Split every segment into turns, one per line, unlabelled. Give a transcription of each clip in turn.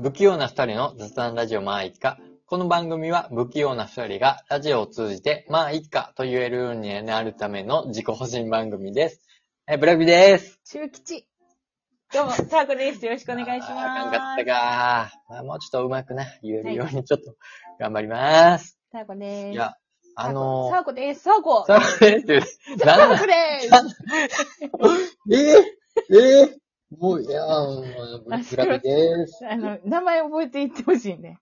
不器用な二人の雑談ラジオまあいっか。この番組は不器用な二人がラジオを通じてまあいっかと言えるようになるための自己保身番組です。え、ブラビです。
中吉。ど うも、サーコです。よろしくお願いします。
あーあかんかったか。まあ、もうちょっとうまくな、言えるようにちょっと頑張ります。
サーコで
い、
す。
や、あ
サ
の
ーコです。サーコ
ー、。そうです。
サ
なん
ー
な
コです。
えー、えー、もう、いやー、ブラビです。
あの、名前覚えていってほしいね。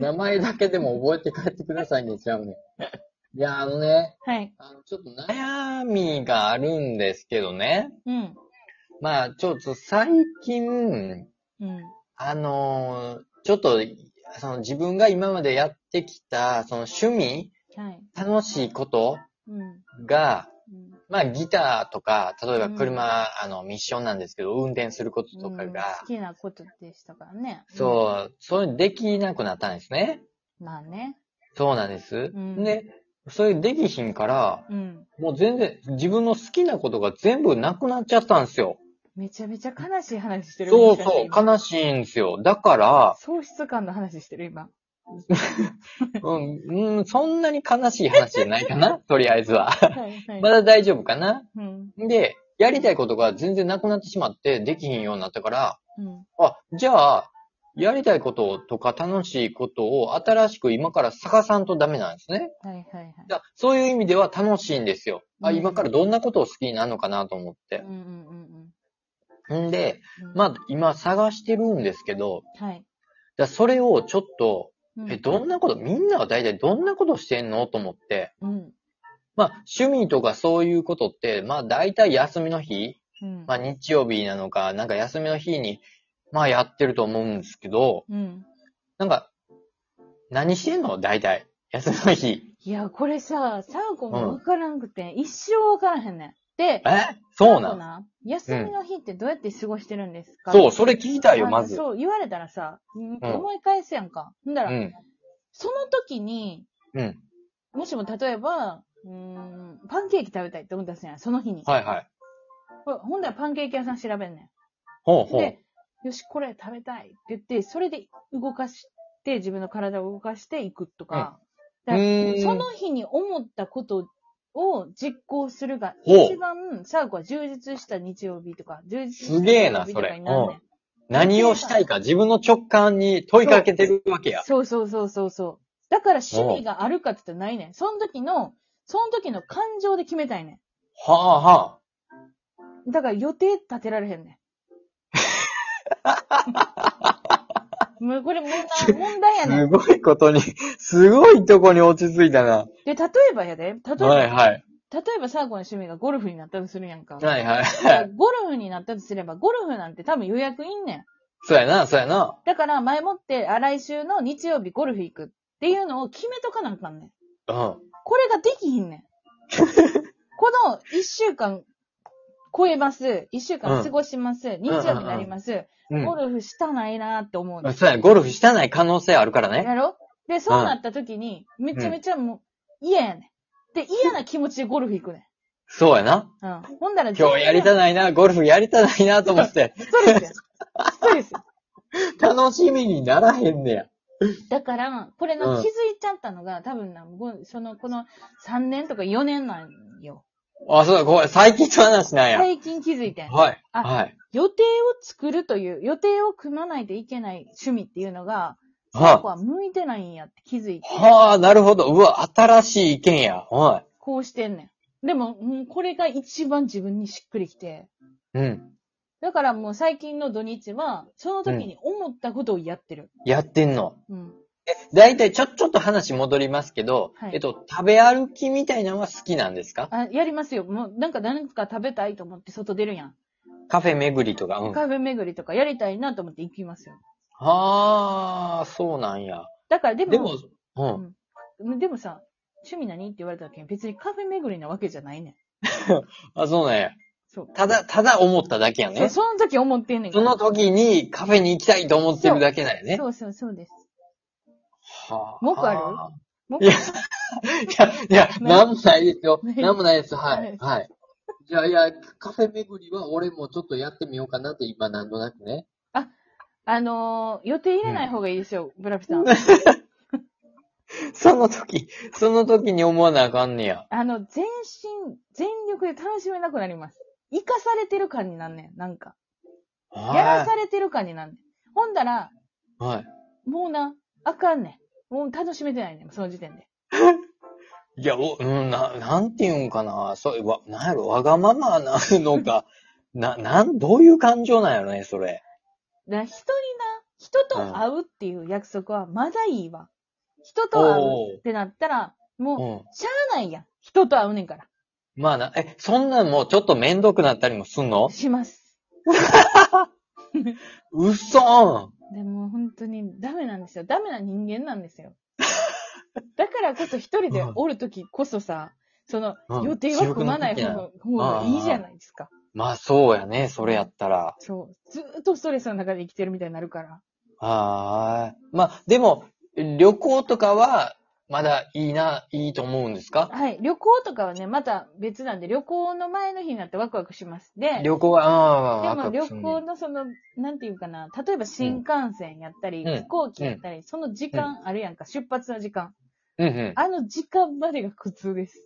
名前だけでも覚えて帰ってくださいね、ちゃうね。いや、あのね、
はい。
あの、ちょっと悩みがあるんですけどね。
うん。
まあ、ちょっと最近、
うん。
あのーちょっと、その自分が今までやってきた、その趣味、
はい。
楽しいこと
うん。
が、
うん
まあ、ギターとか、例えば車、
うん
あの、ミッションなんですけど、運転することとか
うん
が
好、きなことでしたからね。
そう、そういうできなくなったんですね。
うん。まあね。
そうなんです。
うん
で、それできひんから、
うん。
もう全然、自分の好きなことが全部なくなっちゃったんですよ。
めちゃめちゃ悲しい話してる。
そうそう、
悲
悲しいんですよ。だ から、
喪失感の話してる、 今。
うん、うん、そんなに悲しい話じゃないか なとりあえずは。
はい、はい。
まだ大丈夫かな
うん。
で、やりたいことが全然なくなってしまって、できひんようになったから、
うん。
あ、じゃあ、やりたいこととか楽しいことを新しく今から探さんとダメなんですね。
はい、はい、はい。
だそういう意味では楽しいんですよ。あ、
うん
今からどんなことを好きになるのかなと思っ
う
て
ん、。うん、うんうん。
んで、
うん
まあ、今探してるんですけど、
はい。
だそれをちょっと、
うん
え、どんなこと、みんなは大体どんなことしてんのと思って、
うん。
まあ、趣味とかそういうことって、まあ、大体休みの日、
うん。
まあ、日曜日なのか、なんか休みの日に、まあ、やってると思うんですけど、
うん。
なんか、何してんの大体。休みの日。
いや、これさ、サーコもわからんくて、一生わからへんねん。で、
えそう
サーコ
なん
な休みの日ってどうやって過ごしてるんですか、
そう、
う
それ聞きたいよ、まず。
そう、言われたらさ、うん思い返すやんか。ほんだ
う
ら、
ん。
その時に、
うん。
もしも例えば、うーん、パンケーキ食べたいって思ったらさ、その日に。
はいはい。
ほほんだらパンケーキ屋さん調べんね。
ほうんほう
で。、よし、これ食べたいって言って、それで動かして、自分の体を動かしていくとか、
うーん。
その日に思ったことを実行するが、
ほう
一番、サーコは充実した日曜日とか、充実した
すげえな
日曜日とか
それ
になんねん
何をしたいか、自分の直感に問いかけてるわけや。
そうそうそうそうそう。だから趣味があるかって言ったらないねん。その時の、その時の感情で決めたいね
はあはあ。
ん。だから予定立てられへ んねん。もうこれ問題、問題やね
す
ん。
ごいことに、すごいとこに落ち着いたな。
で、例えばやで、例えば、
はいはい。
例えばサーコの趣味がゴルフになったとするやんか。
はいは
だから
い。
ゴルフになったとすれば、ゴルフなんて多分予約いんねん。
そうやな、そうやな。
だから前もって、あ来週の日曜日ゴルフ行くっていうのを決めとかなあかん
う
ねん。
ん。
これができひんね ん。この一週間超えます。一週間過ごします。日曜日になります。
う
ゴ
ん
ルフしたないなって思うねん。
そうや、ゴルフしたない可能性あるからね。
やろで、そうなった時に、めちゃめちゃもう嫌やねん。で、嫌な気持ちでゴルフ行くね
そうやな。
ん。うん。ほんだら
今日やりた
い。
ないな、ゴルフやりたないなと思 って、
ストレスや。ストレス。
楽しみにならへんねや。
だから、これな、
うん
気づいちゃったのが、多分な、ごその、この3年とか4年なんよ。
あ、そうだ、これ最近の話なんや。
最近気づいてん。
はい。
あ
はい。
予定を作るという、予定を組まないといけない趣味っていうのが、
は
僕は向いてないんやって気づいて
あ、、はあ、なるほど。うわ、新しい意見や。は
こうしてんねん。でも、うんこれが一番自分にしっくりきて、
い。うん。
だからもう最近の土日は、その時に思ったことをやってる。
やってんの。
うん。
大体、ちょ、ちょっと話戻りますけど、
はい
えっと、食べ歩きみたいなのは好きなんですか
あ、やりますよ。もう、なんか何か食べたいと思って外出るやん。
カフェ巡りとか。うん。
カフェ巡りとかやりたいなと思って行きますよ。
ああ、そうなんや。
だからでも、
でも、う。
うんんでもさ、趣味何って言われた時に別にカフェ巡りなわけじゃないねん。
あ、そうなんや。
そう。
ただ、ただ思っただけや
そう
ね。
その時思ってんねんか
そ
ら
の時にカフェに行きたいと思ってるだけだよね。
そうそうそうです。
は
文句あるもう
いやいや、いや、なんもないですよ。
ない
なんもないです。は
ないい。
はい。じゃあ、いや、カフェ巡りは俺もちょっとやってみようかなって今なんとなくね。
あのー予定入れない方がいいですよ、ブ ラピさん。
その時、その時に思わなあかんねや。
あの、全身、全力で楽しめなくなります。生かされてる感になんねん、なんか。やら
は
されてる感になんねん。ほんだら、
い。はい。
もうな、あかんねん。もう楽しめてないねん、その時点で。
いや、お、うん、な、なんて言うんかな。そう、わ、なんやろ、わがままなの か。な、なん、どういう感情なんやろね、それ。
だから人にな、人と会うっていう約束はまだいいわ。人と会うってなったら、
う
も
ん。
う、しゃあないやん。人と会うねんから。
まあな、え、そんなんもうちょっとめんどくなったりもすんの
します。
うっそ
でも本当にダメなんですよ。ダメな人間な んですよ。だからこそ一人でおるときこそさ、その
うん
予定は組まない方が方がいいじゃないですか。
ーん。まあそうやね、それやったら。
そう。ずーっとストレスの中で生きてるみたいになるから。
はーい。まあ、でも、旅行とかは、まだいいな、いいと思うんですか
はい。旅行とかはね、また別なんで、旅行の前の日になってワクワクします。で、
旅行は、
で
あ
も
あ、
旅行のその、なんていうかな、例えば新幹線やったり、
うん
飛行機やったり、その時間あるやんか、出発の時間。
うんうん。
あの時間までが苦痛です。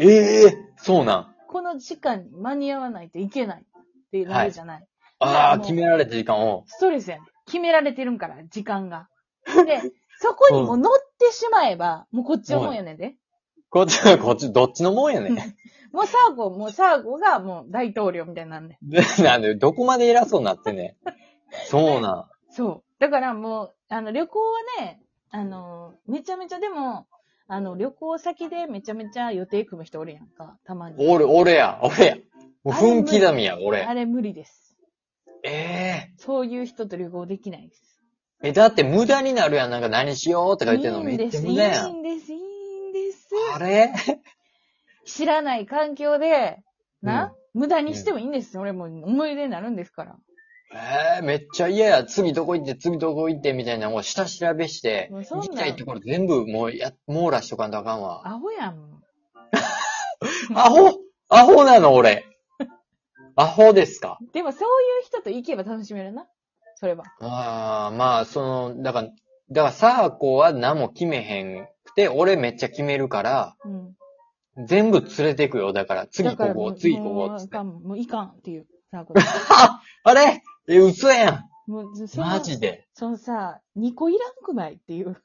ええそうなん。
この時間に間に合わないといけないってなるじゃない。
あ
あ
あ、
もう
決められた時間を。
ストレスやねん。決められてるんから、時 間が。で、そこにもう乗ってしまえば、もうこっち思うよねんで。
こっちは、こっち、どっちのもんやね。
もうサーゴ、もうサーゴがもう大統領みたいになんねん。
でなんで、どこまで偉そうにな ってんねん。そうな
そう。だからもう、あの、旅行はね、あの、めちゃめちゃでも、あの、旅行先でめちゃめちゃ予定組む人おるやんか、たま
ん。
に。
俺、俺や、俺や。もう分刻みや、俺
あ。れ無理です。
ええ
そういう人と旅行できないです。
え、だって無駄になるやん。なんか何しようとか言ってるの
い
め
いん
っ
で
ちゃ
す、い
無
い
駄やん。
んです、いいんです。
あれ
知らない環境で、な、無駄にしてもいいんですよ。俺もう思い出になるんですから。
えー、めっちゃ嫌や。次どこ行って、次どこ行って、みたいな、もう下調べして、
もうそんな
行き
ん
たいところ全部もうや、網羅しとかんとあかんわ。
アホやん。
アホアホなの、俺。アホですか
でもそういう人と行けば楽しめるな。それは。
ああ、まあ、その、だから、だから、サーコは何も決めへんくて、俺めっちゃ決めるから、
うん。
全部連れてくよ。だから、次
だ
こ
からも
こ、
う
次ここ
もう
つっ
い
て。
かん、もういかんっていう。さあ、これ。
あ あれえ、嘘やん。
もう、その
マジで。
そのさ、2個いらんくないっていう。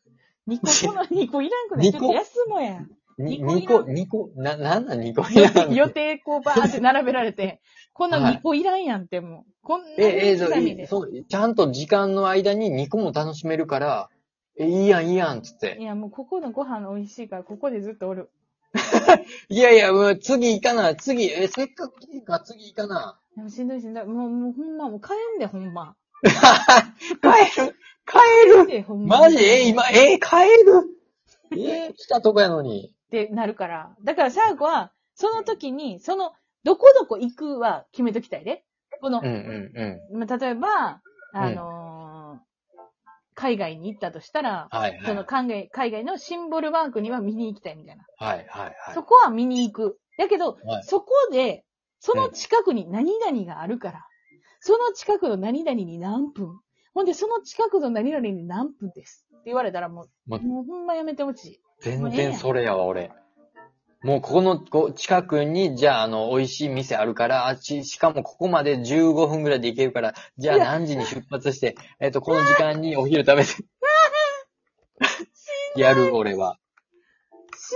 2個、この2個いらんくない
二
ちょ
個
っと休もうや。
に
二
二
個
個、二個、な、なんなん二個いらんの
予定こうバーって並べられて、こんな2個いらんやんってもう。こんな
え、え、
小刻みで
そう、ちゃんと時間の間に2個も楽しめるから、え、いいやん、いいやん、つっ
い
て。
や、もうここのご飯美味しいから、ここでずっとおる。
いやいや、もう次行かな、次、え、せっかく来てるから次行かな。
でもしんどいしんどい。もう、もうほんま、もう帰んで、ほんま。
帰る帰る
で、ほんま。
マジえ、今、え、帰るえ、来たとこやのに。
ってなるから。だから、最後は、その時に、その、どこどこ行くは決めときたいね。この
うん、うん、うん。
まあ例えば、あのー海外に行ったとしたら、
はい、は
そ
い。は
の
い、
海外海外のシンボルマークには見に行きたいみたいな。
はい、はい
そ。こは見に行く。だけど、
はい
そこで、その近くに何々があるから、その近くの何々に何分、ほんで、その近くの何々に何分です。って言われたらもう、
もう
もうほんまやめてほしい。
全然それやわ、俺。もうここのこう近くに、じゃあ、あの、美味しい店あるから、あし、しかもここまで15分ぐらいで行けるから、じゃあ
いや
何時に出発して、えっと、この時間にお昼食べて。やる、俺は。
し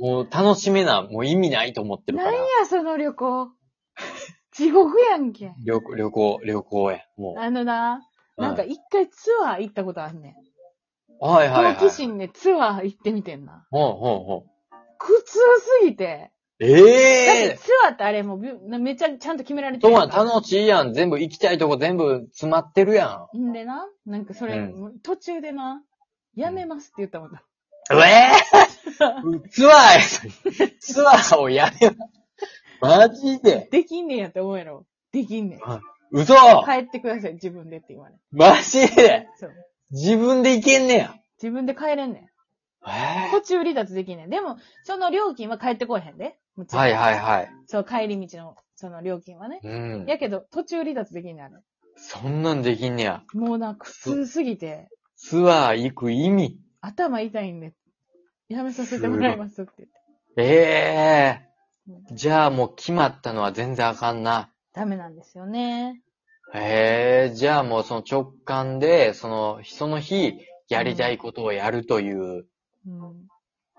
もう楽しめな、もう意味ないと思って
んどすぎる
るか
なん
ら。
や、その旅行。地獄やんけ。
旅行、旅行、旅行や。も
あのな、
う。
なんか一回ツアー行ったことあんねん。
うん、はいはいはい。
好奇心でツアー行ってみてんな。
ほうほうほう。
苦痛すぎて。だっ
え
て
え
ツアーってあれもうめちゃちゃんと決められ
ー、
て
と
るや
は
んか。
楽しいやん。全部行きたいとこ全部詰まってるや
んでな、なんかそれ、
うん
もう途中でな、やめますって言ったもんな。
ん。うえー、ツアーやツアーをやれマジで。
できんねんやって思うやろ。できんねん。
嘘
帰ってください、自分でって言われる。
マジで
そう。
自分で行けんねや。
自分で帰れんねん。
え
途中離脱できんねん。でも、その料金は帰ってこえへんで。もち
ー、
ろん
はいはいはい。
そう、帰り道の、その料金はね。
うん。
やけど、途中離脱できんねんあれ。
そんなんできんねや。
もうな、苦痛すぎて、
ツアー行く意味。
頭痛いんで、やめさせてもらいますって言って。
ええ
うん
じゃあもう決まったのは全然あかんな。
ダメなんですよね。
ええじゃあもうその直感で、その、その日、やりたいことをやるという。
うん。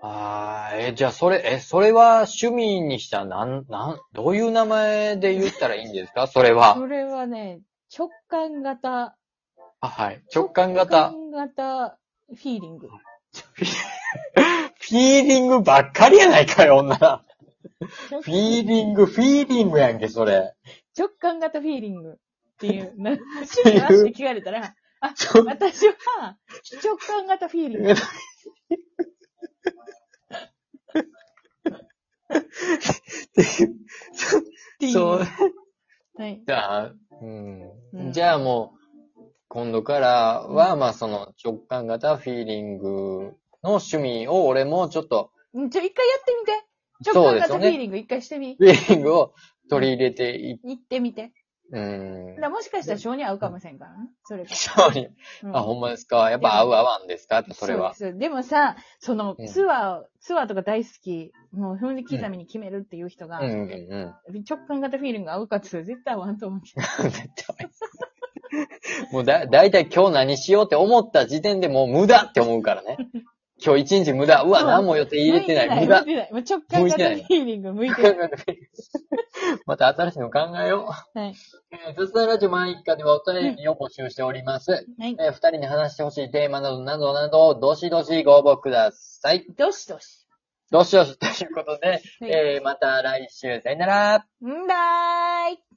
ああ、え、じゃあそれ、え、それは趣味にしたらなん、なん、どういう名前で言ったらいいんです かそれは。
それはね、直感型。
あ、はい。直感型。
直感型フィーリング。
フィーリングばっかりやないかよ、女。
直
フィーリング、フィーリングやんけ、それ。
直感型フィーリングって いう、な趣味はって聞かれたら、あ、私は直感型フィーリ ング。っていう。
そう。
はい。
じゃあ、うん。
うん
じゃあもう、今度からは、まあその直感型フィーリングの趣味を俺もちょっと、
うんちょ、一回やってみて。直
そう
感
です
型
よ
フ
ね。
ィーリング一回してみ。
フィーリングを取り入れていっ、
行ってみて。
うん
だか。らもしかしたら性に合うかもしれんからな。それが。
そうに。
うん
あ、ほんまですか。やっぱ合う合わんですかって、それは。
うです。でもさ、その
うん
ツアーを、ツアーとか大好き、もう踏み刻みに決めるっていう人が、
うんうんうん。
直感型フィーリング合うかって言ったら絶対合わんと思うけど。
もうだ、だいたい今日何しようって思った時点でもう無駄って思うからね。今日一日無 駄。うわ、
そう
何も予定入れてない。
向
無
いてない。向
駄。
いてないもう直感
向いてな
型
い
フィーリング向いてない。
また新しいの考えよ
はい。
う。えー、雑談ラジオ毎日課ではお便りを募集しております。
はい。
えー、二人に話してほしいテーマなどなどなど、どしどしご応募ください。
どしどし。
どしどしということで、
はい
えー、また来週、さよなら。
んだーい。